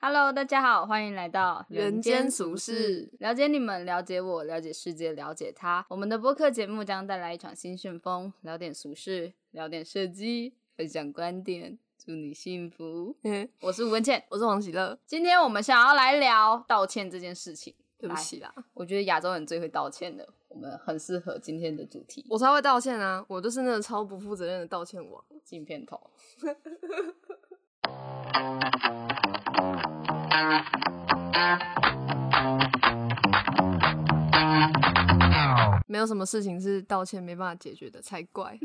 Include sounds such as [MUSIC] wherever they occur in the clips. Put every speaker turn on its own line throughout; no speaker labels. Hello，大家好，欢迎来到
人间俗世，
了解你们，了解我，了解世界，了解他。我们的播客节目将带来一场新旋风，聊点俗事，聊点设计，分享观点，祝你幸福。
嗯，
我是吴文倩，
[LAUGHS] 我是王喜乐，
今天我们想要来聊道歉这件事情。
对不起啦，
来，我觉得亚洲人最会道歉的，我们很适合今天的主题。
我超会道歉啊，我就是那个超不负责任的道歉王。
镜片头。
没有什么事情是道歉没办法解决的才怪，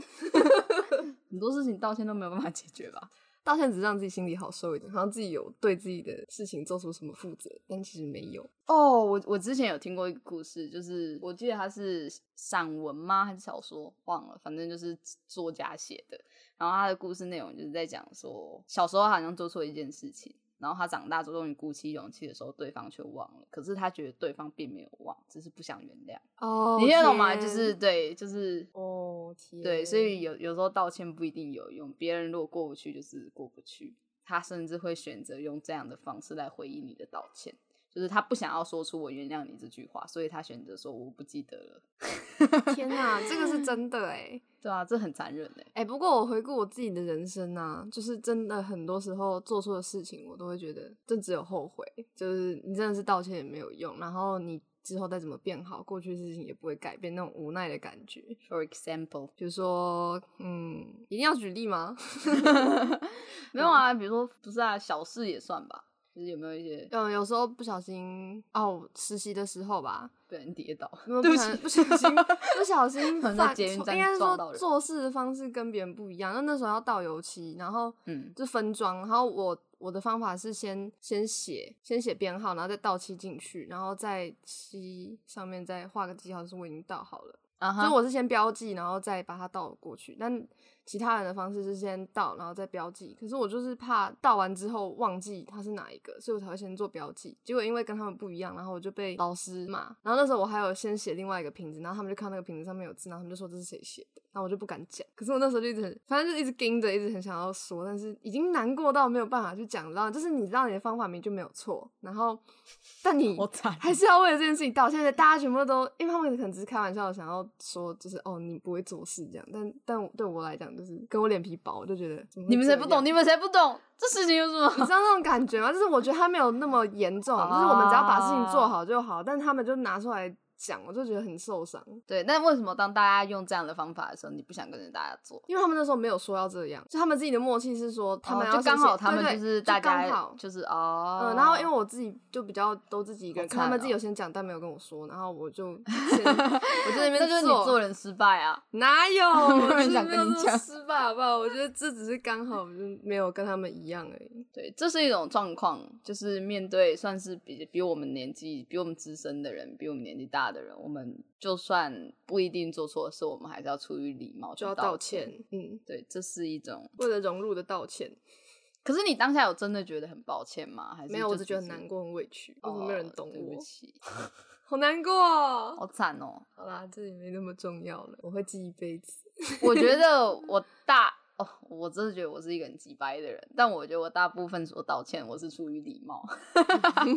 很多事情道歉都没有办法解决吧？
道歉只是让自己心里好受一点，好像自己有对自己的事情做出什么负责，但其实没有。
哦，我我之前有听过一个故事，就是我记得他是散文吗还是小说，忘了，反正就是作家写的。然后他的故事内容就是在讲说，小时候他好像做错一件事情，然后他长大之后终于鼓起勇气的时候，对方却忘了，可是他觉得对方并没有忘，只是不想原谅。
哦
你听得懂吗？就是对，就是
哦天，
对，所以有有时候道歉不一定有用，别人如果过不去就是过不去，他甚至会选择用这样的方式来回应你的道歉，就是他不想要说出“我原谅你”这句话，所以他选择说“我不记得了
天哪、 [LAUGHS] 这个是真的哎、欸、”。
对啊，这很残忍哎、
哎、不过我回顾我自己的人生啊，就是真的很多时候做错的事情，我都会觉得这只有后悔，就是你真的是道歉也没有用，然后你之后再怎么变好，过去的事情也不会改变那种无奈的感觉。
For example，
比如说，嗯，一定要举例吗？ [LAUGHS]
没有啊，比如说不是啊，小事也算吧，就是有没有一些
嗯，有时候不小心哦，实习的时候吧，
被人跌倒？
没有
对不
可能
起 [LAUGHS]
不小 [LAUGHS] 心，不小心
可能在
犯错，
捷运
应
站
该是
撞到
说
人
做事的方式跟别人不一样。那那时候要倒油漆，然后
嗯
就分装，然后我我的方法是先先写先写编号，然后再倒漆进去，然后再漆上面再画个记号，就是我已经倒好了。
啊
所以
哈，
我是先标记，然后再把它倒过去。但其他人的方式是先倒，然后再标记。可是我就是怕倒完之后忘记它是哪一个，所以我才会先做标记。结果因为跟他们不一样，然后我就被老师骂。然后那时候我还有先写另外一个瓶子，然后他们就看那个瓶子上面有字，然后他们就说这是谁写的，然后我就不敢讲。可是我那时候就一直很，反正就一直盯着，一直很想要说，但是已经难过到没有办法去讲。然后就是你知道你的方法名就没有错，然后但你
好惨
还是要为了这件事情道歉。大家全部都，因为他们可能只是开玩笑，想要说就是哦，你不会做事这样。但但我对我来讲，就是跟我脸皮薄，我就觉得怎么会
你们谁不
这样
懂？你们谁不懂？这事情有什么
你知道那种感觉吗？就是我觉得他没有那么严重，就是我们只要把事情
啊
做好就好。但他们就拿出来讲，我就觉得很受伤，
对，但为什么当大家用这样的方法的时候，你不想跟着大家做？
因为他们那时候没有说要这样，就他们自己的默契是说他们
哦
要
就刚
先写
好，他们
对对
就是大
刚
家
好
就是哦，
嗯，然后因为我自己就比较都自己一个人
好
看，他
惨
们自己有
哦
先讲，但没有跟我说，然后我就
[LAUGHS]
先我就
那
在那边
就是你
做，
做人失败啊。[LAUGHS]
哪有？
没有人
就是
想跟
没有
你
说
讲
失败好不好？我觉得这只是刚好就是没有跟他们一样而已。
对，这是一种状况，就是面对算是比比我们年纪、比我们资深的人、比我们年纪大的人，我们就算不一定做错事，我们还是要出于礼貌去
就要
道
道歉，嗯，
对，这是一种。
为了融入的道歉，
可是你当下有真的觉得很抱歉吗？还是
没有，
就
我只觉得
是
很难过，很委屈，为什么没有人懂
哦对
我
不？起，
好难过哦、
好惨哦！
好啦，这也没那么重要了，我会记一辈子。
我觉得我大哦，我真的觉得我是一个很急掰的人，但我觉得我大部分所道歉，我是出于礼貌， [LAUGHS] 就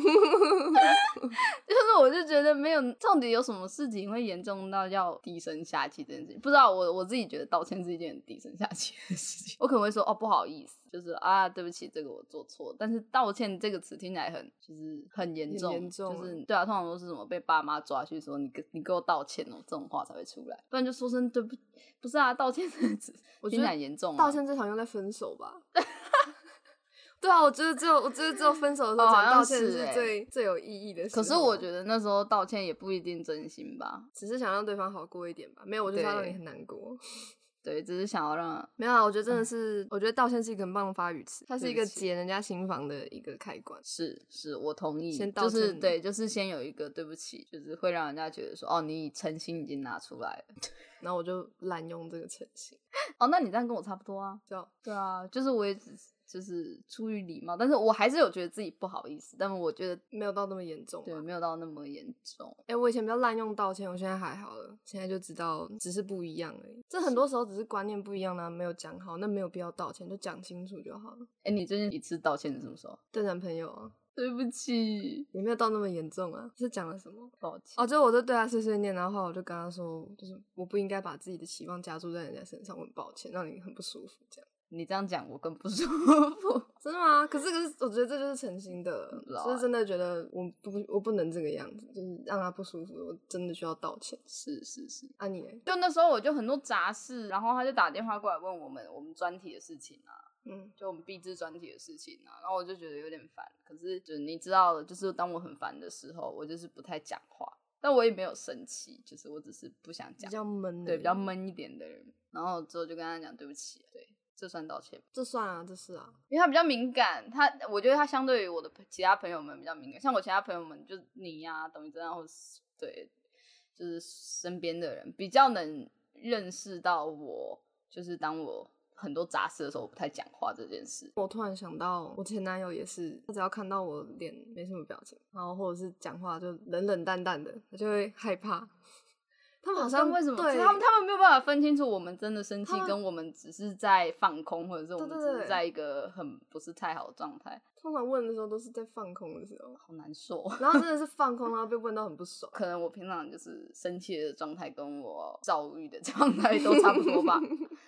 是我就觉得没有到底有什么事情会严重到要低声下气这件事情，不知道我我自己觉得道歉是一件很低声下气的事情，我 [LAUGHS] 可能会说哦不好意思，就是啊对不起，这个我做错，但是道歉这个词听起来很就是很严
很
重，
严重
就
啊
是对啊，通常都是什么被爸妈抓去说你给你给我道歉哦，这种话才会出来，不然就说声对不不是啊，道歉 [LAUGHS] 这个词，
我觉
听起来
得
严重、啊，
道歉最常用在分手吧。 [LAUGHS] 对啊，我觉得只有我觉得只有分手的时
哦
候
好
讲
像
道歉
是
是
欸
最、最有意义的时
可
候。
是我觉得那时候道歉也不一定真心吧，
只是想让对方好过一点吧，没有，我就是要让
对
你很难过。
对，只是想要让
没有啊，我觉得真的是，我觉得道歉是一个很棒的发语词，它
嗯
是
对
一
不
个
起
解人家心房的一个开关。
是是我同意，
先道
就是
歉
对，就是先有一个对不起，就是会让人家觉得说哦，你诚心已经拿出来了，
然后我就滥用这个诚信，
哦，那你这样跟我差不多啊，
知道？
对啊，就是我也只是就是出于礼貌，但是我还是有觉得自己不好意思，但我觉得
没有到那么严重。
对，没有到那么严重，
哎、我以前比较滥用道歉，我现在还好了，现在就知道只是不一样而已。这很多时候只是观念不一样呢、没有讲好，那没有必要道歉，就讲清楚就好了。
哎，你最近一次道歉是什么时候？
对男朋友啊，
对不起，
也没有到那么严重啊。是讲了什么？
抱歉。
哦，就我就对他碎碎念，然后后来我就跟他说，就是我不应该把自己的期望加注在人家身上，我很抱歉，让你很不舒服。这样
你这样讲我更不舒服。 [LAUGHS]
真的吗？可是可是，我觉得这就是诚心的，
嗯老
就是真的觉得我不我不能这个样子，就是让他不舒服，我真的需要道歉。
是是是，
啊你嘞，
就那时候我就很多杂事，然后他就打电话过来问我们我们专题的事情啊，
嗯，
就我们毕制专题的事情啊，然后我就觉得有点烦。可是就是你知道的，就是当我很烦的时候，我就是不太讲话，但我也没有生气，就是我只是不想
比
讲，
较闷，
对，比较。闷一点的人。然后之后就跟他讲对不起，对，这算道歉吗。
这算啊，这是啊，
因为他比较敏感，他我觉得他相对于我的朋其他朋友们比较敏感，像我其他朋友们就是你呀、董宇珍啊，或者是对，就是身边的人比较能认识到我，就是当我很多杂事的时候，我不太讲话这件事。
我突然想到，我前男友也是，他只要看到我脸没什么表情，然后或者是讲话就冷冷淡淡的，他就会害怕。他们好像
但啊为什么？
对
他们他们没有办法分清楚我们真的生气
他们
跟我们只是在放空，或者是我们
对对
只是
对
在一个很不是太好的状态，
通常问的时候都是在放空的时候，
好难受。哦
然后真的是放空，然后被问到很不爽。
可能我平常就是生气的状态跟我躁郁的状态都差不多吧。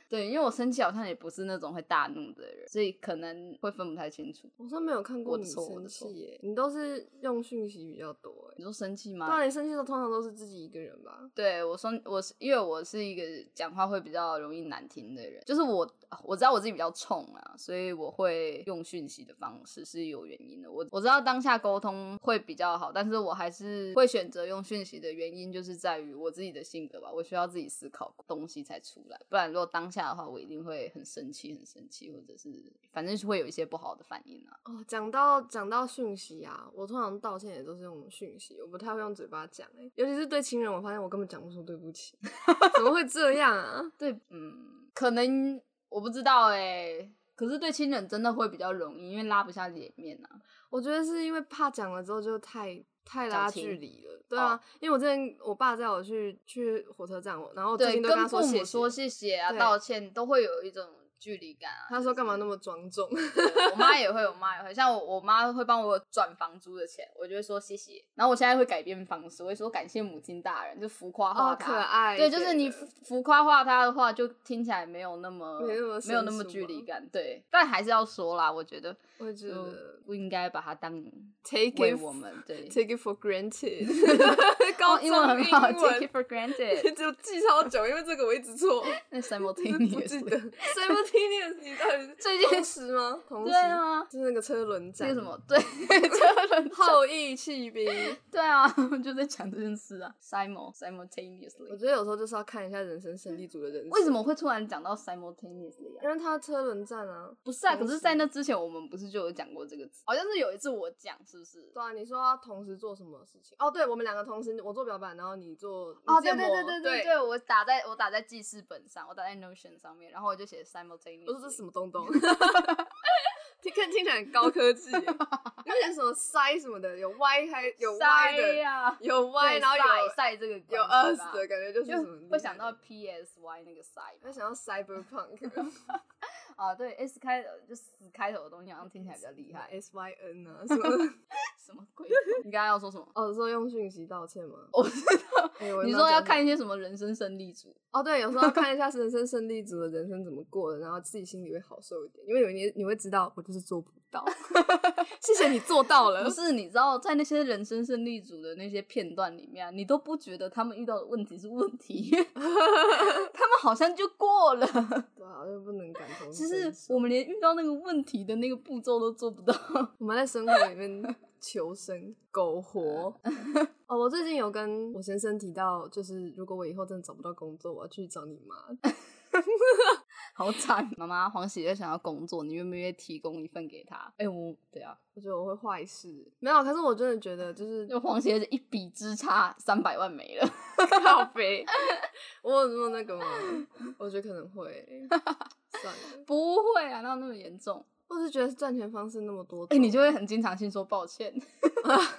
对，因为我生气好像也不是那种会大怒的人，所以可能会分不太清楚。
我说没有看过
我的
你
错我
生
的错
气耶，你都是用讯息比较多哎。
你说生气
当
吗？
然，你生气的时候通常都是自己一个人吧？
对我说，我是因为我是一个讲话会比较容易难听的人，就是我我知道我自己比较冲啊，所以我会用讯息的方式是有原因的。我我知道当下沟通会比较好，但是我还是会选择用讯息的原因就是在于我自己的性格吧，我需要自己思考东西才出来，不然如果当下的话，我一定会很生气，很生气，或者是反正是会有一些不好的反应啊。
哦，讲到讲到讯息啊，我通常道歉也都是用讯息，我不太会用嘴巴讲哎，尤其是对亲人，我发现我根本讲不出对不起， [LAUGHS] 怎么会这样啊？
对，嗯，可能我不知道哎、可是对亲人真的会比较容易，因为拉不下脸面啊。
我觉得是因为怕讲了之后就太太
矫
拉
情哦
距离了，对啊，因为我之前我爸带我去去火车站，我然后我最
对，
近都跟他
跟
说
父
谢
母
谢，
说谢谢啊，
对
道歉都会有一种距离感啊。
他说干嘛那
么？
么庄重？
对我妈也会，我妈也会，像我我妈会帮我转房租的钱，我就会说谢谢。然后我现在会改变方式，我会说感谢母亲大人，就浮夸化
哦，
她。
可爱一
对，
点的，
就是你浮浮夸化她的话，就听起来没有那么
没那么
没有
生
那么
疏
距
吗
离感。对，但还是要说啦，我觉得
我觉
就
得
不应该把它当
take
为
it
我们
[LAUGHS]
对。
take it for granted，
[LAUGHS] 哦
高
英文
中
很
英
好，take
文
it for
[LAUGHS]
granted。
就记超久，因为这个我一直
[LAUGHS]
错，
那
就是不记
simultaneously
得。simultaneous，你到底是
最近
同时吗？同时
对，啊，
就是那个车轮
这
战，
个什么对 [LAUGHS] 车轮
后羿弃兵。
对啊， [LAUGHS] 我就在讲这件事啊，simul
[LAUGHS] 我
simultaneously。
觉得有时候就是要看一下人生胜利组的人生，
为什么会突然讲到 simultaneously 啊？
因为他车轮战啊，
不是啊，可
同
是，
时
在那之前我们不是就有讲过这个词？好像是有一次我讲，是不是？
对啊，你说要同时做什么事情？哦，对，我们两个同时，我做表板，然后你做
哦，
你建
对对
模
对对
对
对对，我打在我打在记事本上，我打在 Notion 上面，然后我就写 simultaneously。
我说这是什么
[LAUGHS]
东东？听看听起来很高科技耶，有点什么塞什么的，有 Y 还有 Y
塞
的，
呀，
有 Y
对
然后有
塞塞这个
有
关系
US
吧
的感觉，就是什么
就会想到 PSY 那个塞嘛
会想到 [LAUGHS] cyberpunk，
啊，对 S 开头就死开头的东西，好像听起来比较厉
[LAUGHS]
害。
S Y N 啊什么的。 [LAUGHS]
什么鬼？你刚刚要说什么？
哦，说用讯息道歉吗？
我知道，
哎 [LAUGHS] 我
你
有
说
没有
要
讲 [LAUGHS]
看一些什么人生胜利组？
哦，对，有时候看一下人生胜利组的人生怎么过的，然后自己心里会好受一点，因为有你你会知道我就是做不到， [LAUGHS] 谢谢你做到了
不。是，你知道在那些人生胜利组的那些片段里面啊、你都不觉得他们遇到的问题是问题，他们好像就过了。
对啊，就不能感同
其
身受。
实我们连遇到那个问题的那个步骤都做不到。 [LAUGHS]
我们在生活里面求生苟 [LAUGHS] 活。哦，我最近有跟我先生提到，就是如果我以后真的找不到工作，我要去找你妈。
好惨！妈妈黄喜乐想要工作，你愿不愿意提供一份给他？哎、我对啊，
我觉得我会坏事，没有。可是我真的觉得，就是
就黄喜乐一笔之差，三百万没了。 [LAUGHS]
靠背，我有那么
[LAUGHS]
那个吗？我觉得可能会，算了。
不会啊，哪有那么严重？
我或是觉得赚钱方式那么多种，
哎、你就会很经常性说抱歉。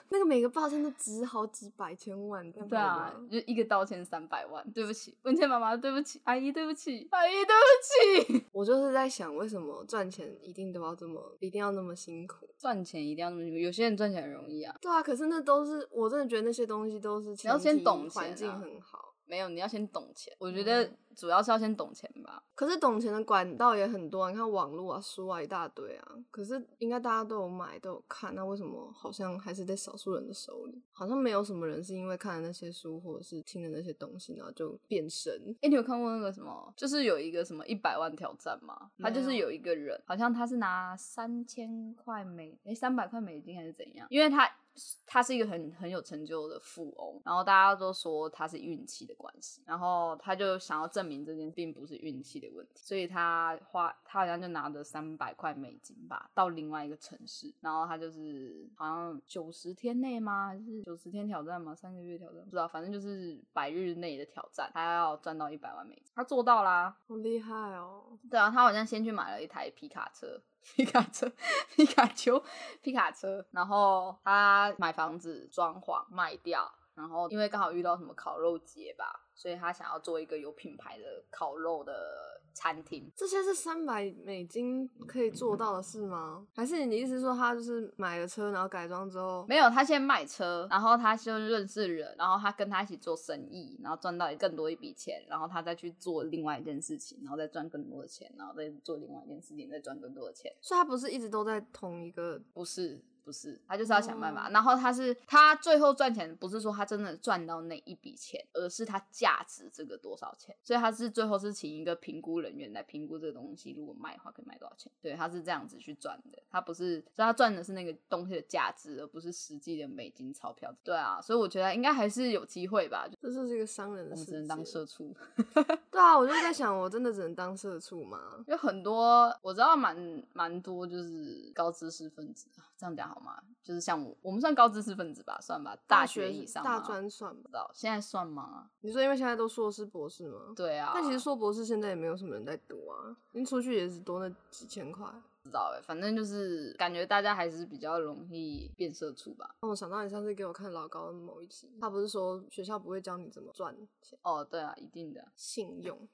那个每个抱歉都值好几百千万，这样
对啊
好吗，
就一个道歉三百万，对不起，文倩妈妈，对不起，阿姨，对不起，阿姨，对不起。 [LAUGHS]
我就是在想，为什么赚钱一定都要这么，一定要那么辛苦？
赚钱一定要那么辛苦，有些人赚钱很容易啊，
对啊，可是那都是我真的觉得那些东西都是
你要先
前提
懂钱
环境
啊
很好。
没有，你要先懂钱。我觉得
嗯
主要是要先懂钱吧。
可是懂钱的管道也很多、啊，你看网络啊、书啊一大堆啊。可是应该大家都有买、都有看，那为什么好像还是在少数人的手里？好像没有什么人是因为看了那些书或者是听了那些东西，然后就变身。
哎、你有看过那个什么，就是有一个什么一百万挑战吗？他就是
没有
有一个人，好像他是拿三千块美，哎、三百块美金还是怎样？因为他他是一个很很有成就的富翁，然后大家都说他是运气的关系，然后他就想要证明这件并不是运气的问题，所以他花他好像就拿着三百块美金吧，到另外一个城市，然后他就是好像九十天内吗？还是九十天挑战吗？三个月挑战不知道，反正就是百日内的挑战，他要赚到一百万美金，他做到啦。
好厉害哦！
对啊，他好像先去买了一台皮卡车。 [LAUGHS] 皮卡车、皮卡丘、皮卡车，然后他买房子装潢卖掉，然后因为刚好遇到什么烤肉节吧，所以他想要做一个有品牌的烤肉的餐厅。
这些是三百美金可以做到的事吗？还是你意思是说他就是买了车，然后改装之后？
没有，他先卖车，然后他就认识人，然后他跟他一起做生意，然后赚到更多一笔钱，然后他再去做另外一件事情，然后再赚更多的钱，然后再做另外一件事情，再赚更多的钱。
所以他不是一直都在同一个
不是。不是，他就是要想办法。
哦
然后他是他最后赚钱，不是说他真的赚到那一笔钱，而是他价值这个多少钱。所以他是最后是请一个评估人员来评估这个东西，如果卖的话可以卖多少钱。对，他是这样子去赚的。他不是，所以他赚的是那个东西的价值，而不是实际的美金钞票。对啊，所以我觉得应该还是有机会吧。就
这就是一个商人
我
的
们
世
只能当
界。
社畜。
对啊，我就在想，我真的只能当社畜吗？
有很多我知道蛮蛮多就是高知识分子，啊这样讲好吗？就是像我，我们算高知识分子吧，算吧，大学以上
大
吗
专算
不
吧。
知道现在算吗？
你说因为现在都硕士博士吗？
对啊，
但其实硕博士现在也没有什么人在读啊，你出去也是多那几千块。
反正就是感觉大家还是比较容易变社畜吧。
让我想到你上次给我看老高的某一集，他不是说学校不会教你怎么赚钱、
哦，对啊，一定的。
信用。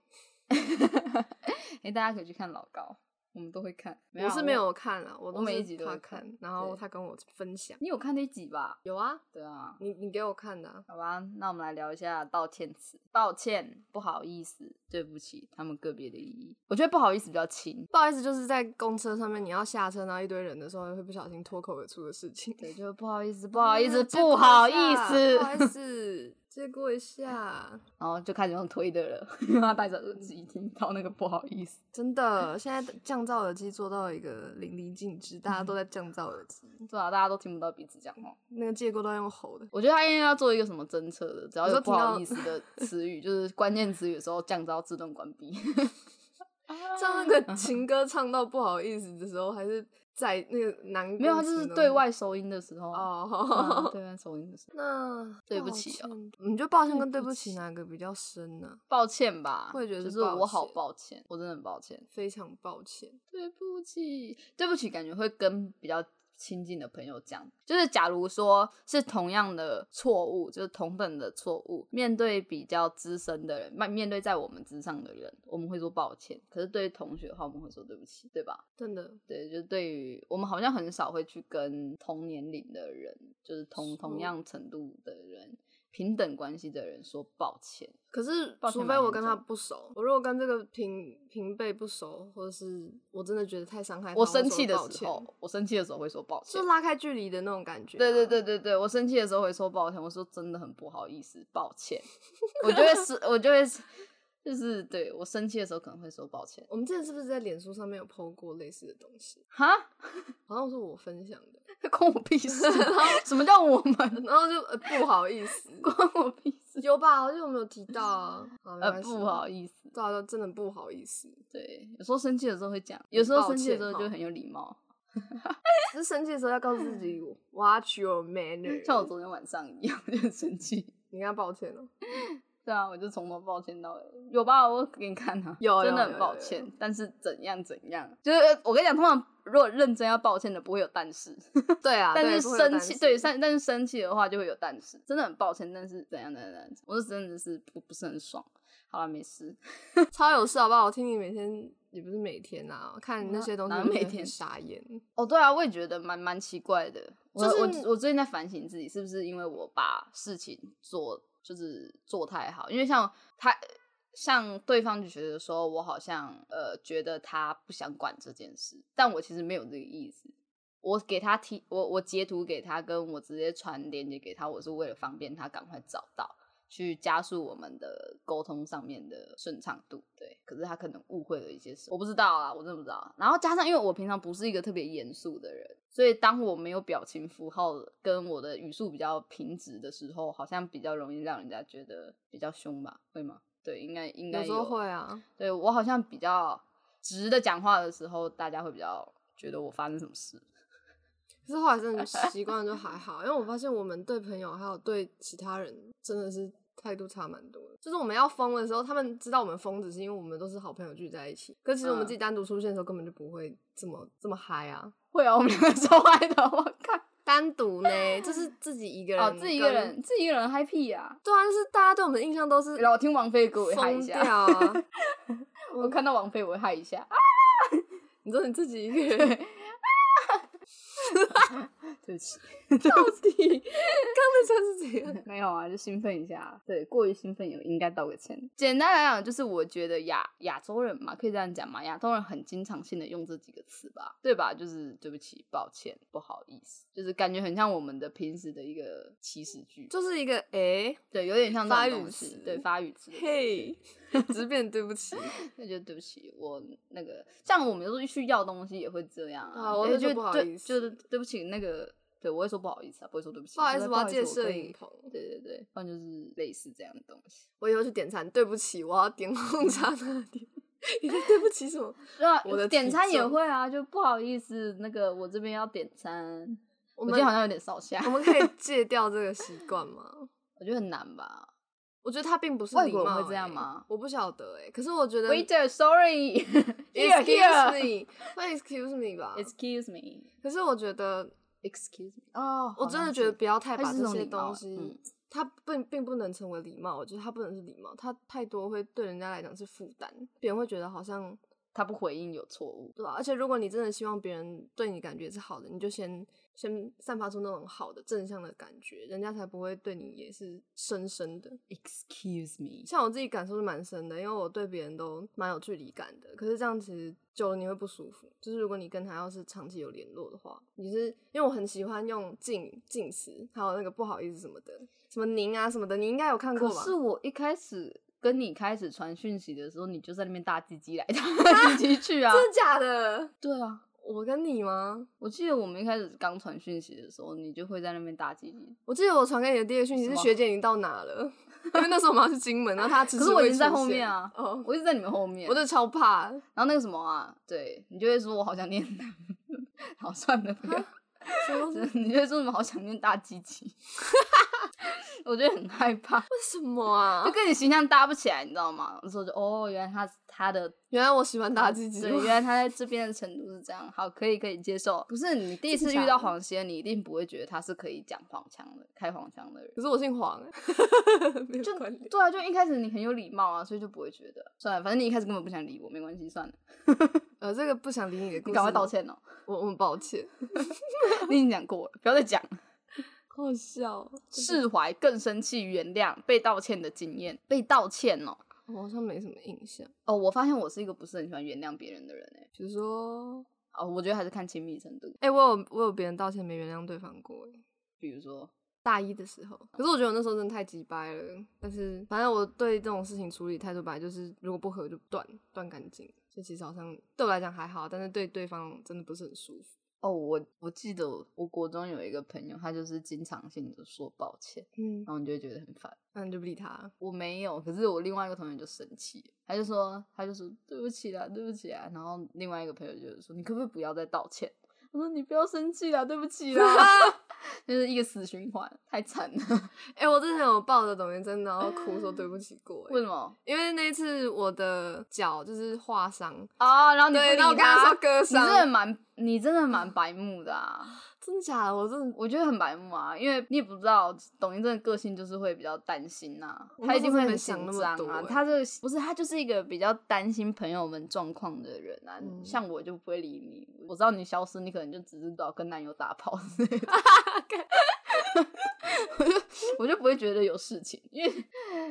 哎、大家可以去看老高，我们都会看。
我
啊
是没。有看啊，我
我
都
每一
是
集都
他
会看
看，然后
对
他跟我分享。
你有看那集吧？
有啊，
对啊。
你你给我看的、啊。
好吧，那我们来聊一下道歉词。抱歉，不好意思，对不起，他们个别的意义。我觉得不好意思比较轻，
不好意思，就是在公车上面，你要下车，然后一堆人的时候，会不小心脱口而出的事情。 [LAUGHS]
对，就不好意思，不好意思，
借过
不
一
好意
嗯下
思
不，好意 [LAUGHS] 思，借过一下。
然后就开始用推的了，因为他戴着耳机听到那个不好意思。
真的，现在降噪耳机做到一个淋漓尽致，
嗯
大家都在降噪耳机，
对啊，大家都听不到彼此讲话。
那个借过都要用吼的。
我觉得他应该要做一个什么侦测的，只要
你
有
说
不
听到
好意思
[LAUGHS]
的词语，就是关键词语的时候，降噪自动关闭。啊
像那个情歌唱到不好意思的时候，还是在那个难过
没有，他就是
词呢
对外收音的时候啊，嗯
哦。
对外收音的时候，
那
[LAUGHS] 对不起哦
抱歉，你觉得抱歉跟
对
对
不
不起
起
哪个比较深呢、
抱歉吧，
我也觉得
就是是我
抱
好
歉
抱歉，我真的很抱歉，
非常抱歉，
对不起，对不起，感觉会跟比较亲近的朋友讲，就是假如说是同样的错误，就是同等的错误，面对比较资深的人，面面对在我们之上的人，我们会说抱歉，可是对于同学的话，我们会说对不起，对吧？
真的
对，就是对于我们好像很少会去跟同年龄的人，就是同同
说
样程度的人。平等关系的人说抱歉，
可是
抱，歉
除
蛮
非我
严
跟他
重
不熟，我如果跟这个平平辈不熟，或者是我真的觉得太伤害他，
我
我
生气
说
的
抱
时
歉
候，我生气的时候会说抱歉
就，拉开距离的那种感觉、啊
对对，对对对，我生气的时候会说抱歉，我说真的很不好意思，抱
[LAUGHS]
歉，我就会是，我就会是就是对我生气的时候可能会说抱歉，
我们之前是不是在脸书上面有 PO 过类似的东西？
哈， [LAUGHS]
好像是我分享的，
关我屁
[LAUGHS]
事，什么叫我们？
然后就、呃、不好意思， [LAUGHS]
关我屁事，
有吧？好像我们有提到啊，好没
呃，
关系
不好，意思，
对啊，真的不好意思，
对，有时候生气的时候会讲，有时候
抱
生气的
歉
时候
哈
就很有礼貌，
只是生气的时候要告诉自己
嗯
watch your
[LAUGHS]
manner。
像我昨天晚上一样， [LAUGHS] 就很生气。
你跟他抱歉哦了，
对啊，我就从头抱歉到尾，有吧？我给你看啊，
有
真的
有
很
有
抱
有
歉，但是怎样怎样，就是我跟你讲，通常如果认真要抱歉的，不会有但是。
对啊，
[LAUGHS] 但
对
是
不会有
生
担
气，
心
对，但但是生气的话就会有但是，真的很抱歉，但是怎样怎样怎样，我是真的是不不是很爽。好了，没事，
超有事好不好？我听你每天也不是每天啊，看你那
哪
些东西
哪
我觉
每
得很
天
傻眼。
哦，对啊，我也觉得蛮蛮奇怪的。我
就是
我我最近在反省自己，是不是因为我把事情做就是做太好？因为像他，像对方就觉得说我好像呃觉得他不想管这件事，但我其实没有这个意思。我给他提，我我截图给他，跟我直接传链接给他，我是为了方便他赶快找到，去加速我们的沟通上面的顺畅度。对，可是他可能误会了一些事，我不知道啊，我真的不知道。然后加上，因为我平常不是一个特别严肃的人，所以当我没有表情符号跟我的语速比较平直的时候，好像比较容易让人家觉得比较凶吧？会吗？对，应该应该
有时候会啊，
对我好像比较直的讲话的时候，大家会比较觉得我发生什么事。
可是后来真的习惯了就还好，因为我发现我们对朋友还有对其他人真的是态度差蛮多的。就是我们要疯的时候，他们知道我们疯，只是因为我们都是好朋友聚在一起。可其实我们
嗯
自己单独出现的时候，根本就不会这么这么嗨啊。
会啊，我们两个超爱的，我看。
[LAUGHS] 单独呢，就是自己一个人
哦，自己一个
跟
人，自己一个人 happy 呀、
对啊，就是大家对我们的印象都是
然后我听王菲的歌，我也嗨一
疯掉
下。
啊。
我看到王菲，我会嗨一下。啊，
你说你自己一个人，
[LAUGHS] 对不起， [LAUGHS]
到底刚才是怎样？
没有啊，就兴奋一下。对，过于兴奋也应该道个歉。简单来讲，就是我觉得亚亚洲人嘛，可以这样讲嘛，亚洲人很经常性的用这几个词吧，对吧？就是对不起、抱歉、不好意思，就是感觉很像我们的平时的一个祈使句，
就是一个诶
对，有点像这
发
种
语
东西
词，
对，发语词的东西。
嘿，只是变对不起
那就对不起，我那个像我们有时候去要东西也会这样
啊我
对
会说
就
不好
对
意思
就是对不起那个，对我会说不好意思啊，不会说对不起，
不好意
就
思，
是
我要借
我
摄
可
影
以
棚。
对对对，不然就是类似这样的东西。
我以后去点餐，对不起，我要点红茶拿铁。 [LAUGHS] 你在对不起什么？
那
我的
点
体
餐也
重
会啊，就不好意思，那个我这边要点餐，
我
今
们
天好像有点少下
我，们可以戒掉这个习惯吗？
我觉得很难吧。
我觉得它并不是
外
礼
国人
貌、欸
会这样吗？
我不晓得哎、可是我觉得
Waiter, sorry, [LAUGHS] here, here,
excuse me，会 excuse me 吧
[LAUGHS] excuse me,
可是我觉得
excuse me。哦，
我
好
真
像
的觉得
是
不要太
它
把
是一
这
种
些
礼貌
东
啊
西，
嗯
它并并不能成为礼貌。我觉得它不能是礼貌，它太多会对人家来讲是负担，别人会觉得好像
他不回应有错误。
对吧、而且如果你真的希望别人对你感觉是好的，你就先先散发出那种好的正向的感觉，人家才不会对你也是深深的。
Excuse me，
像我自己感受是蛮深的，因为我对别人都蛮有距离感的。可是这样其实久了你会不舒服，就是如果你跟他要是长期有联络的话，你是因为我很喜欢用敬敬词，还有那个不好意思什么的，什么您啊什么的，你应该有看过
可
吧？
是我一开始跟你开始传讯息的时候，你就在那边大唧唧来 [LAUGHS] 大唧唧去啊。
真的假的？
对啊，
我跟你吗？
我记得我们一开始刚传讯息的时候，你就会在那边大唧唧。
我记得我传给你的第一个讯息是
什么
学姐你到哪了，因为那时候我们要去金门，然后她迟迟
可是我
未
已经在
出
后
现
面啊
哦，
我一直在你们后面，
我就超怕，
[LAUGHS] 然后那个什么啊，对你就会说我好想念男， [LAUGHS] 好算了，不要
什么为
你就会说什么好想念大唧 [LAUGHS] 唧，我觉得很害怕，
什么啊 [LAUGHS]
就？跟你形象搭不起来，你知道吗？我说就哦，原来他他的
原来我喜欢打自己，
对，原来他在这边的程度是这样，好，可以可以接受。不是你第一
真
次
假
遇到
的
黄仙，你一定不会觉得他是可以讲黄腔的、开黄腔的人。
可是我姓黄、欸
[LAUGHS]
没有
就
关联。
对啊，就一开始你很有礼貌啊，所以就不会觉得。算了，反正你一开始根本不想理我，没关系，算了，
呃，这个不想理你的故
你
事，
赶快道，歉哦。
我我很
[LAUGHS]
抱歉。
你已经讲过了，不要再讲了。
好笑哦，
释怀、更生气、原谅、被道歉的经验，被道歉哦。
我好像没什么印象。
哦，我发现我是一个不是很喜欢原谅别人的人哎、
比如说，
哦，我觉得还是看亲密程度。
哎、我有我有别人道歉没原谅对方过，哎，
比如说，
大一的时候。可是我觉得我那时候真的太急掰了，但是反正我对这种事情处理态度本来就是，如果不合就断断干净。所以其实好像对我来讲还好，但是对对方真的不是很舒服。
哦，我我记得我我国中有一个朋友，他就是经常性的说抱歉，
嗯
然，后你就会觉得很烦。
那你就不
[LAUGHS]
理他。
我没有，可是我另外一个同学就生气，他就说，他就说对不起啦，对不起啦。然后另 [LAUGHS] 外一个朋友就是说，你可不可以不要再道歉？我说你不要生气啦，对不起啦。就是一个死循环，太惨了。 [LAUGHS]
哎、我之前有抱着董元珍，然后哭说对不起
[LAUGHS]
过、
为
欸，
什么
因为那一次我的脚就是划伤，
啊？然后你不
对，然后我
理
跟他
他
说，割
你真的
伤，
蛮，你真的蛮白目的啊！
真的假的？我真的，
我觉得很白目啊，因为你也不知道董一真的个性就是会比较担心呐、
我
他
那
一
时
定
候
会
真的
很
没想
紧
那么
张
多
啊
欸。
他这个不是他就是一个比较担心朋友们状况的人啊。
嗯
像我就不会理你，我知道你消失，你可能就只是找跟男友打炮之
[LAUGHS]
类的我就我就不会觉得有事情，因
[LAUGHS]
为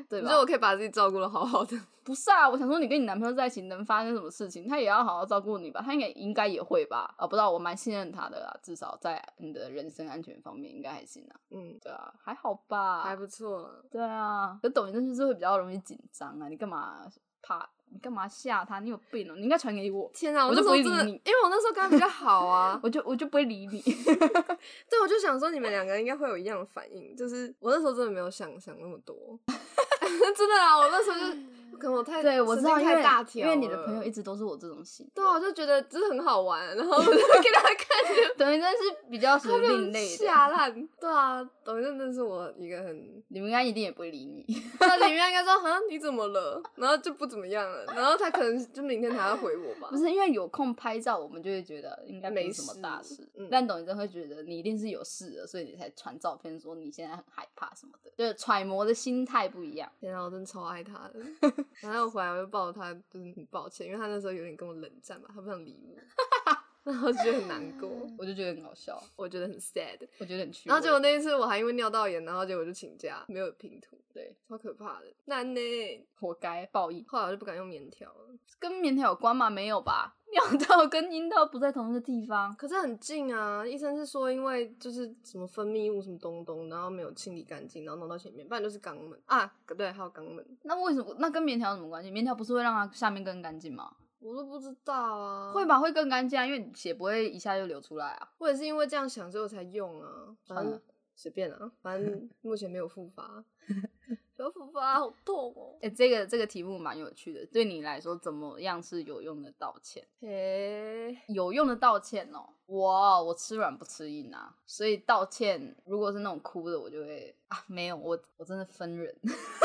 对
你
吧
说？我可以把自己照顾的好好的，
不是啊，我想说你跟你男朋友在一起能发生什么事情，他也要好好照顾你吧，他应该应该也会吧？啊，不知道，我蛮信任他的啦，至少在你的人身安全方面应该还行啊。
嗯，
对啊，还好吧，
还不错了。
对啊。可抖音真就是会比较容易紧张啊，你干嘛怕？你干嘛吓他？你有病哦、你应该传给我，
天啊！
我
我那
就
时
不
候
会
真的，
理
因
你，
为我那时候跟他比较好啊
我就我就不会理你。
对，我就想说你们两个应该会有一样的反应，就是我那时候真的没有想想那么多， [LAUGHS] 真的啊，我那时候就可能我
[LAUGHS] 嗯 [LAUGHS]
太
对，我
神
知道，
经
因
太
为
大条
因
了，
为你的朋友一直都是我这种型。 [LAUGHS]
对啊，我就觉得这很好玩，然后我就给他看，
抖音真是比较属
他
于
就
另
很
类
吓
的，
烂，对啊，董一正真的是我一个很，
你们应该一定也不会理你。 [LAUGHS]
他里面应该说哈你怎么了，然后就不怎么样了，然后他可能就明天才会回我吧
不，是因为有空拍照，我们就会觉得应该不
没
是什么
事
大事，
嗯
但董一真会觉得你一定是有事了，所以你才传照片说你现在很害怕什么的，就是揣摩的心态不一样。
天啊，我真的超爱他的。然后我回来我就抱他，就是很抱歉，因为他那时候有点跟我冷战吧，他不想理我， [LAUGHS] 然后就觉得很难过，
我就觉得很搞笑，
我觉得很 sad。
我觉得很趣味。
然后结果那一次我还因为尿道炎，然后结果就请假，没有拼图，
对，
超可怕的，难呢。
活该报应，
后来我就不敢用棉条了，
跟棉条有关吗？没有吧？尿道跟阴道不在同一个地方，
可是很近啊。医生是说，因为就是什么分泌物什么东东，然后没有清理干净，然后弄到前面，不然就是肛门啊，对，还有肛门，
那为什么？那跟棉条有什么关系？棉条不是会让它下面更干净吗？
我都不知道啊。
会？吧，会更干净啊，因为你血不会一下就流出来啊。
我也是因为这样想，所以我才用啊。反
算
正
了
随便啊，反正目前没有复发，不要复发，好痛哦。
[LAUGHS] 哎、这个这个题目蛮有趣的，对你来说怎么样是有用的道歉？
嘿，
有用的道歉哦、我我吃软不吃硬啊，所以道歉如果是那种哭的，我就会啊没有，我我真的分人，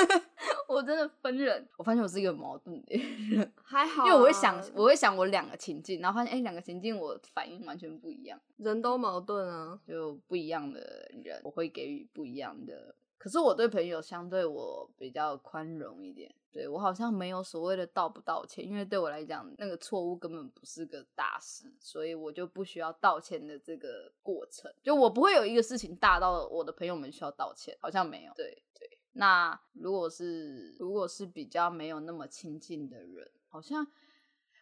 [LAUGHS] 我真的分人。我发现我是一个有矛盾的人，
还好
因
啊、
为我会想，我会想我两个情境，然后发现哎两、个情境我反应完全不一样，
人都矛盾啊。
就不一样的人，我会给予不一样的。可是我对朋友相对我比较宽容一点，对我好像没有所谓的道不道歉，因为对我来讲，那个错误根本不是个大事，所以我就不需要道歉的这个过程。就我不会有一个事情大到我的朋友们需要道歉，好像没有。对对，那如果是如果是比较没有那么亲近的人，好像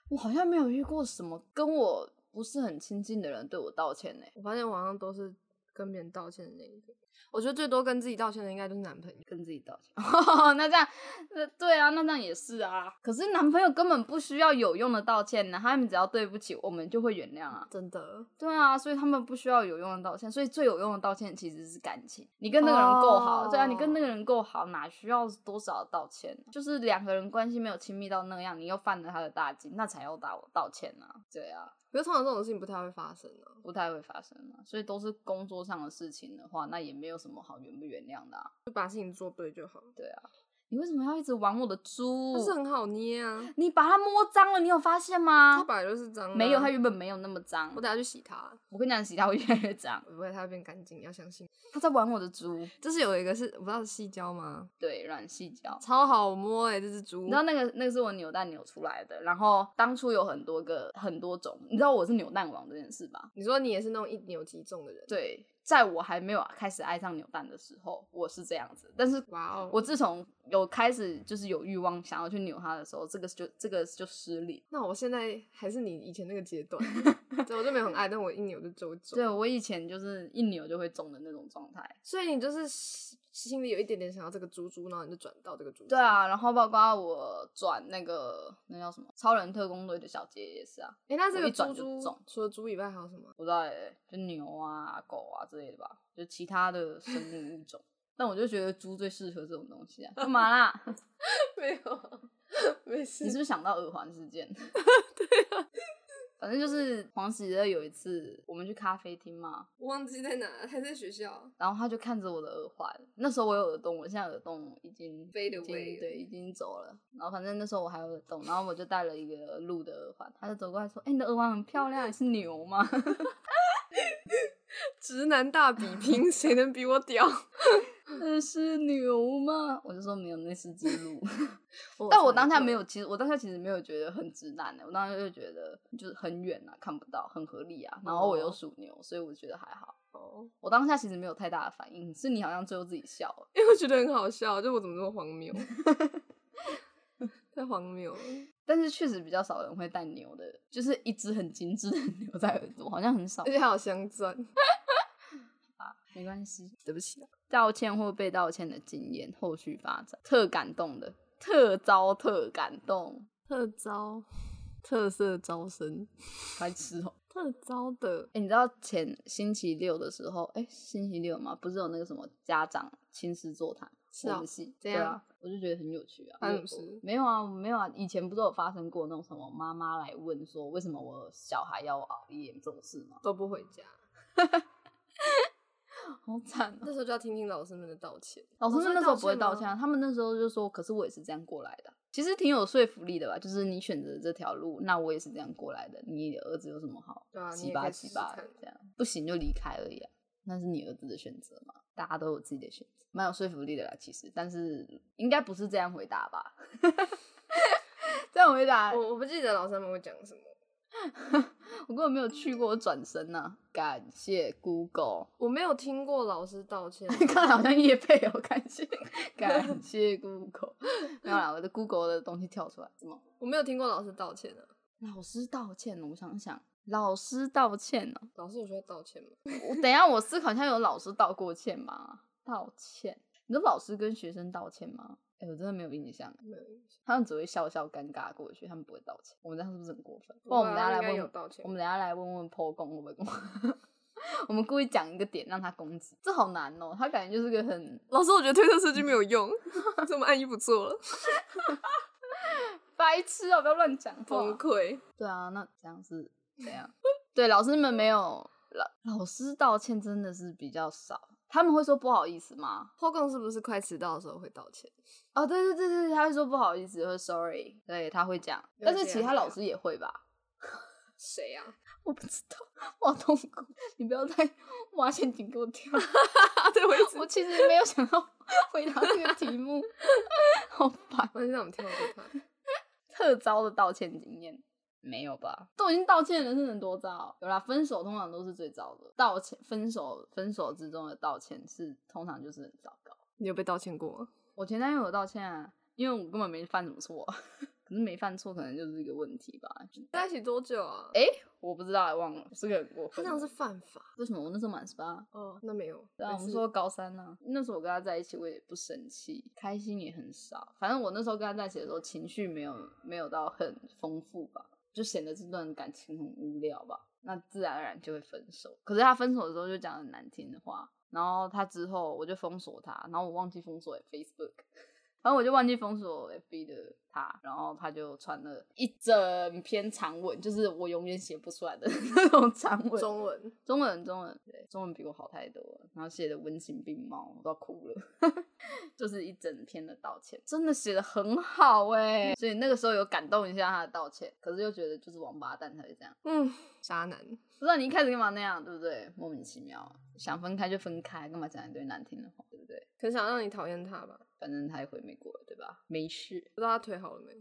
我好像没有遇过什么跟我不是很亲近的人对我道歉呢、
我发现我好像都是跟别人道歉的那一个。我觉得最多跟自己道歉的应该就是男朋友。
跟自己道歉。 [LAUGHS] 那这样，那对啊，那这样也是啊。可是男朋友根本不需要有用的道歉呢，他们只要对不起，我们就会原谅啊。
真的，
对啊，所以他们不需要有用的道歉，所以最有用的道歉其实是感情。你跟那个人够好对啊，你跟那个人够好，哪需要多少道歉呢？就是两个人关系没有亲密到那样，你又犯了他的大忌，那才要打我道歉啊。对啊，
可是通常这种事情不太会发生啊。
不太会发生啊。所以都是工作上的事情的话，那也没有什么好原不原谅的啊。
就把事情做对就好，
你为什么要一直玩我的猪？
但是很好捏啊。
你把它摸脏了，你有发现吗
它？本来就是脏、啊，
没有，它原本没有那么脏
我。等下去洗它，
我跟你讲，洗它会越来越
[LAUGHS]
脏。
不会它会变干净，你要相信。
它在玩我的猪，
就是有一个是我不知道是细胶吗？
对，软细胶。
超好摸哎、这只猪。
你知道那个那个是我扭蛋扭出来的，然后当初有很多个很多种，你知道我是扭蛋王这件事吧？
你说你也是那种一扭即中的人，
对，在我还没有开始爱上扭蛋的时候，我是这样子，但是
哇哦！
我自从有开始就是有欲望想要去扭它的时候，这个就这个就失礼
那我现在还是你以前那个阶
[LAUGHS]
段，对，我就没有很爱，但我一扭就周中。
对，啊我以前就是一扭就会中的那种状态。
所以你就是心心里有一点点想要这个猪猪，然后你就转到这个猪猪。
对，啊，然后包括我转那个那叫什么《超人特工队》的小杰也是啊，
哎、那这
我
个
一转
猪
就
猪
中
除了猪以外还有什么？
不知道哎、就牛啊、狗啊之类的吧，就其他的生物物种。但我就觉得猪最适合这种东西啊，干嘛啦？
[LAUGHS]
[LAUGHS]
没有，没事
[LAUGHS] 你是不是想到耳环事件？对啊，反正就是黄喜乐有一次我们去咖啡厅嘛，
我忘记在哪，还在学校。啊
然后他就看着我的耳环，那时候我有耳洞，我现在耳洞已经
Fade
已经
away
对，已经走了。然后反正那时候我还有耳洞，然后我就戴了一个鹿的耳环，他就走过来说：“哎、你的耳环很漂亮，你是牛吗
直男大比拼，谁能比我 [LAUGHS] 屌？？”
呃是牛吗？我就说没有，那是只鹿。但我当下没有，其实我当下其实没有觉得很直男欸的、我当下就觉得就是很远啊，看不到，很合理啊。然后我又
哦
属牛，所以我觉得还好。
哦，
我当下其实没有太大的反应，是你好像最后自己笑了。
因为我觉得很好笑，就我怎么这么荒
[LAUGHS]
谬，太荒谬了。
但是确实比较少人会戴牛的，就是一只很精致的 [LAUGHS] 牛在耳朵，好像很少
而。且还有镶钻，
没关系，
对不起啊，
道歉或被道歉的经验，后续发展特感动的，特招特感动，
特招，特色招生，
白痴哦、
特招的
哎、你知道前星期六的时候，哎、星期六嘛，不是有那个什么家长亲师座谈？
是啊
我们系
怎
哦对
样
啊，我就觉得很有趣啊。
发生
因为
什么事
我没有啊，没有啊，以前不是有发生过那种什么妈妈来问说为什么我小孩要熬夜这种事吗？
都不回家，
好惨啊！
那时候就要听听老师们的道歉。
老师们那时候不会
道
道
歉
歉
吗
啊，他们那时候就说，可是我也是这样过来的啊，其实挺有说服力的吧？就是你选择这条路，那我也是这样过来的，你儿子有什么好
对啊你
七
也可
八
以试
七
试
八
看
这样，不行就离开而已啊，那是你儿子的选择嘛，大家都有自己的选择，蛮有说服力的啦，其实，但是应该不是这样回答吧？ [LAUGHS] 这样回答，我
我我不记得老师们会讲什么，
根本没有去过，我转身呐、感谢 Google。。
我没有听过老师道歉
[LAUGHS] 看好像叶配哦，感 [LAUGHS] 谢感谢 Google，没有啦，我的 Google 的东西跳出来，怎么
我没有听过老师道歉啊，
老师道歉哦？我想想，老师道歉哦，
老师有需要道歉吗？
[LAUGHS] 我等一下我思考一下，有老师道过歉吗？道歉，你说老师跟学生道歉吗？哎、我真的没有印象，
没有印象，
他们只会笑笑尴尬过去，他们不会道歉。我们这样是不是很过分？不
不
然我们等一
然
下来
应该
问
有道歉
我。们等一下来问问 PO 公会不会公， [LAUGHS] 我们故意讲一个点让他攻击，这好难哦，他感觉就是个很
老师，我觉得推特设计没有用， [LAUGHS] 这么按衣服做了，
白痴哦，不要乱讲话。
崩溃。
对啊，那这样 [LAUGHS] 是怎样？对，老师们没有老老师道歉真的是比较少，他们会说不好意思吗？
后宫是不是快迟到的时候会道歉？
哦，对对对对，他会说不好意思，会 sorry，对他会讲，
了
但是
解
其他
了
老
解
师也会吧？ [LAUGHS]
谁啊呀、
我不知道，我好痛苦，你不要再挖陷阱给我跳。
啊？对，我一
[LAUGHS]
直
我其实没有想到回答这个 [LAUGHS] 题目， [LAUGHS] 好烦。
我先让我们跳过他。
[LAUGHS] 特招的道歉经验没有吧？都已经道歉了，是能多糟？有啦，分手通常都是最糟的，道歉、分手、分手之中的道歉是通常就是很糟糕。
你有被道歉过吗？
我前男友有道歉啊，因为我根本没犯什么错 [LAUGHS] 啊，可是没犯错可能就是一个问题吧。
在一起多久啊？
哎、我不知道，忘了，是个很过
他
分
这
的。
样是犯法
为什么我那时候满十八？
哦。那没有，
对啊，我
没
们
事
说高三呢、那时候我跟他在一起，我也不生气，开心也很少。反正我那时候跟他在一起的时候，情绪没有没有到很丰富吧，就显得这段感情很无聊吧。那自然而然就会分手。可是他分手的时候就讲很难听的话，然后他之后我就封锁他，然后我忘记封锁 Facebook，然 [LAUGHS] 后我就忘记封锁 FB 的他，然后他就传了一整篇长文，就是我永远写不出来的 [LAUGHS] 那种长文，
中文
中文，中文，对，中文比我好太多了。然后写的文情并茂，我都要哭了， [LAUGHS] 就是一整篇的道歉，真的写的很好哎、所以那个时候有感动一下他的道歉，可是又觉得就是王八蛋才会这样。
嗯，渣男。
不知道你一开始干嘛那样，对不对？莫名其妙，想分开就分开，干嘛讲一堆难听的话，对不对？
可能想让你讨厌他吧？
反正他也回美国了，对吧？没事，
不知道他腿好了没，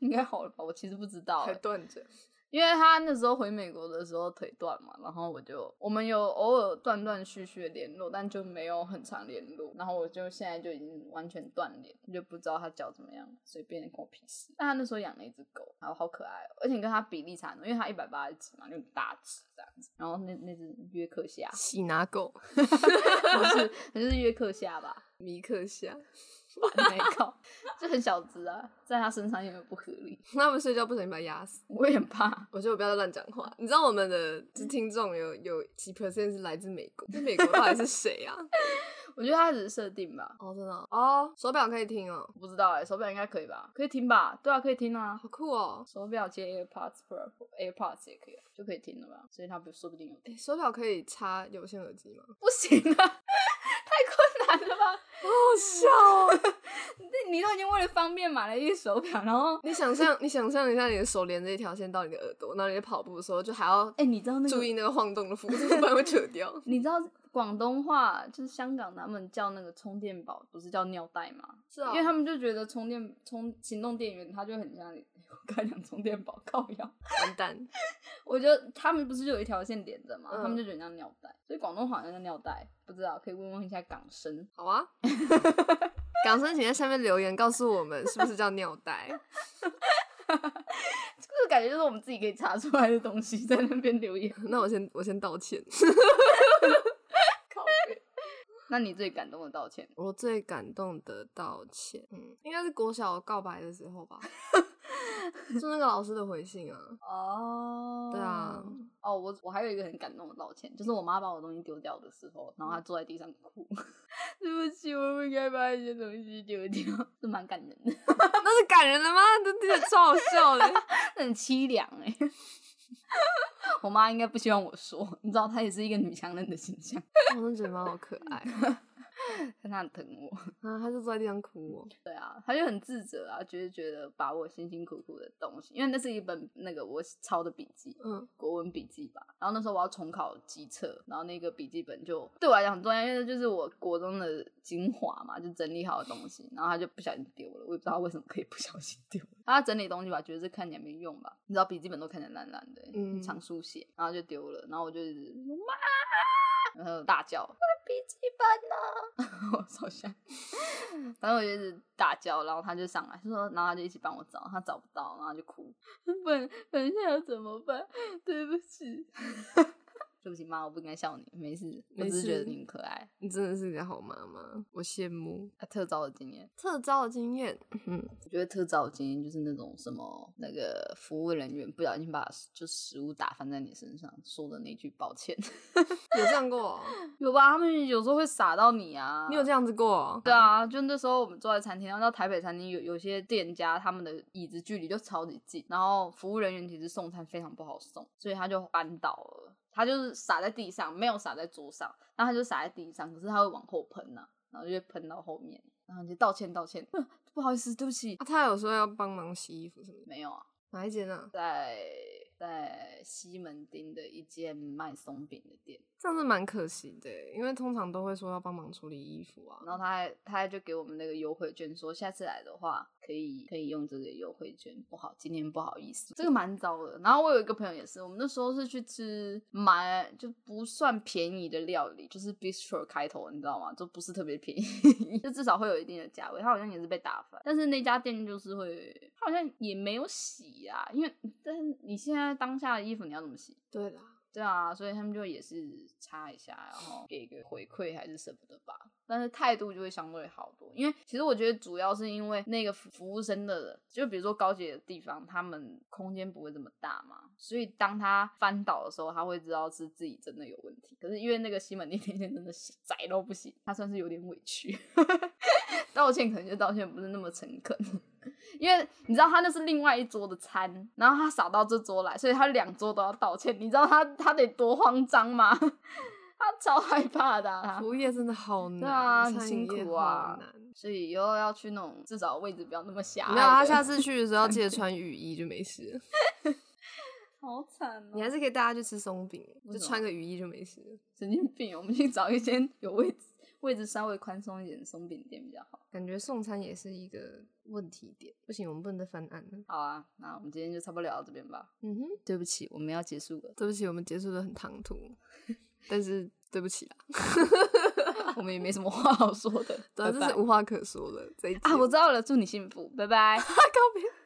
应该好了吧？我其实不知道、
还
欸，
断着。，
因为他那时候回美国的时候腿断嘛，然后我就我们有偶尔断断续续的联络，但就没有很常联络。然后我就现在就已经完全断联，就不知道他脚怎么样，随便关我屁事。但他那时候养了一只狗，然后好可爱、哦，而且你跟他比例差很多，因为他一百八十几嘛，就很大只这样子。然后那那只约克夏 [LAUGHS]
喜拿狗，
不是，那就是约克夏吧？
米克夏，
没搞，就很小只啊，在他身上也有不合理，
那 [LAUGHS] 他们睡觉不小心把它压死。
我也很怕。
我觉得我不要再乱讲话。你知道我嗯 [LAUGHS] 们的就是听众有有几 percent 是来自美国？那美国到底是谁啊？
我觉得它只是设定吧，
哦，真的哦哦，手表可以听哦，
我不知道哎、手表应该可以吧？可以听吧？对啊，可以听啊。
好酷哦。
手表接 AirPods Pro，AirPods 也可以啊，就可以听了吧？所以它不说不定有 [LAUGHS]
哎、手表可以插有线耳机吗？
不行啊， [LAUGHS] 太困难了吧？
好好笑哦！
那你都已经为了方便买了一个手表，然后
[LAUGHS] 你想象，你想象一下，你的手连着一条线到你的耳朵，然后你在跑步的时候就还要
哎、你知道那个
注意那个晃动的幅度，不然会扯掉。
你知道广东话就是香港，他们叫那个充电宝不是叫尿袋吗？
[LAUGHS] 是啊
因为他们就觉得充电充行动电源，它就很像你我刚才讲充电宝靠腰， [LAUGHS]
完蛋，
我觉得他们不是就有一条线连着嘛，
嗯
他们就觉得像尿袋，所以广东话好像叫尿袋，不知道可以问问一下港生。
好 [LAUGHS] 啊。港生，请在下面留言告诉我们是不是叫尿袋？ [LAUGHS]
这个感觉就是我们自己可以查出来的东西，在那边留言。
那我先我先道歉。
那你最感动的道歉？
我最感动的道歉，嗯，应该是国小告白的时候吧，就那个老师的回信啊。 [LAUGHS]
哦
对啊，
哦，我我还有一个很感动的道歉，就是我妈把我东西丢掉的时候，然后她坐在地上哭， [LAUGHS] 对不起，我不应该把一些东西丢掉，是蛮感人的，
那是感人的吗？真的超好笑的。 [LAUGHS]
很凄凉哎、 [LAUGHS] 我妈应该不希望我说，你知道，她也是一个女强人的形象，
我真的觉得蛮好可爱
但她很疼我。
啊！ [LAUGHS] 他就坐在地上哭哦。
对啊，她就很自责啊，就是觉得把我辛辛苦苦的东西，因为那是一本那个我抄的笔记，
嗯，
国文笔记吧，然后那时候我要重考机测，然后那个笔记本就对我来讲很重要，因为那就是我国中的精华嘛，就整理好的东西，然后他就不小心丢了，我也不知道他为什么可以不小心丢。他整理东西吧，觉得这看起来没用吧，你知道笔记本都看起来烂烂的、
嗯
常书写，然后就丢了，然后我就一直妈，然后大叫，我的笔记本呢？ [LAUGHS] 我超像，反正我就一直大叫，然后他就上来，就说，然后他就一起帮我找，他找不到，然后就哭， [LAUGHS] 本本校要怎么办？ [LAUGHS] 对不起， [LAUGHS] 对不起妈，我不应该笑你，没事，我
没
只是觉得
事
你很可爱。
你真的是个好妈妈，我羡慕。
啊、特招的经验，
特招的经验，嗯，
我觉得特招的经验就是那种什么那个服务人员不小心把就食物打翻在你身上说的那句抱歉， [LAUGHS]
有这样过哦、 [LAUGHS]
有吧？他们有时候会撒到你啊，
你有这样子过、哦？
对啊，就那时候我们坐在餐厅，然后到台北餐厅有有些店家他们的椅子距离就超级近，然后服务人员其实送餐非常不好送，所以他就扳倒了，他就是撒在地上，没有撒在桌上，然后他就撒在地上，可是他会往后喷呐、然后就会喷到后面，然后你就道歉道歉，哼不好意思，对不起
啊，，他有说要帮忙洗衣服什么的，
没有啊，
哪一间啊？
在在西门町的一间卖松饼的店。
这样是蛮可惜的，欸因为通常都会说要帮忙处理衣服啊。
然后他还他还就给我们那个优惠券，说下次来的话可以可以用这个优惠券，不好今天不好意思，这个蛮糟的。然后我有一个朋友也是，我们那时候是去吃蛮就不算便宜的料理，就是 bistro 开头，你知道吗？就不是特别便宜， [LAUGHS] 就至少会有一定的价位。他好像也是被打翻，但是那家店就是会，他好像也没有洗啊，因为但是你现在当下的衣服你要怎么洗？
对啦，
对啊，所以他们就也是擦一下，然后给个回馈还是什么的吧。但是态度就会相对好多，因为其实我觉得主要是因为那个服服务生的，就比如说高级的地方，他们空间不会这么大嘛，所以当他翻倒的时候，他会知道是自己真的有问题。可是因为那个西门町那天真的是窄到不行，他算是有点委屈， [LAUGHS] 道歉可能就道歉不是那么诚恳。 [LAUGHS] 因为你知道他那是另外一桌的餐，然后他扫到这桌来，所以他两桌都要道歉。你知道他他得多慌张吗？ [LAUGHS] 他超害怕的啊、
服务业真的好难，
对啊很
餐饮
辛
业
苦啊
好难
所以以后要去那种至少位置不要那么狭隘的。
没有，啊他下次去的时候要 [LAUGHS] 记得穿雨衣就没事了。
好惨哦、
你还是可以带他去吃松饼，
为
就
什么
穿个雨衣就没事了，
神经病哦！我们去找一间有位置、位置稍微宽松一点的松饼店比较好。
感觉送餐也是一个问题点。不行，我们不能再翻案了。
好啊，那我们今天就差不多聊到这边吧。
嗯哼，
对不起，我们要结束了，
对不起，我们结束的很唐突，但是对不起啊，
我们也没什么话好说的。
[LAUGHS] 对啊，
拜
啊这
拜
是无话可说了。这一集
啊，我知道了，祝你幸福，拜拜。
告别。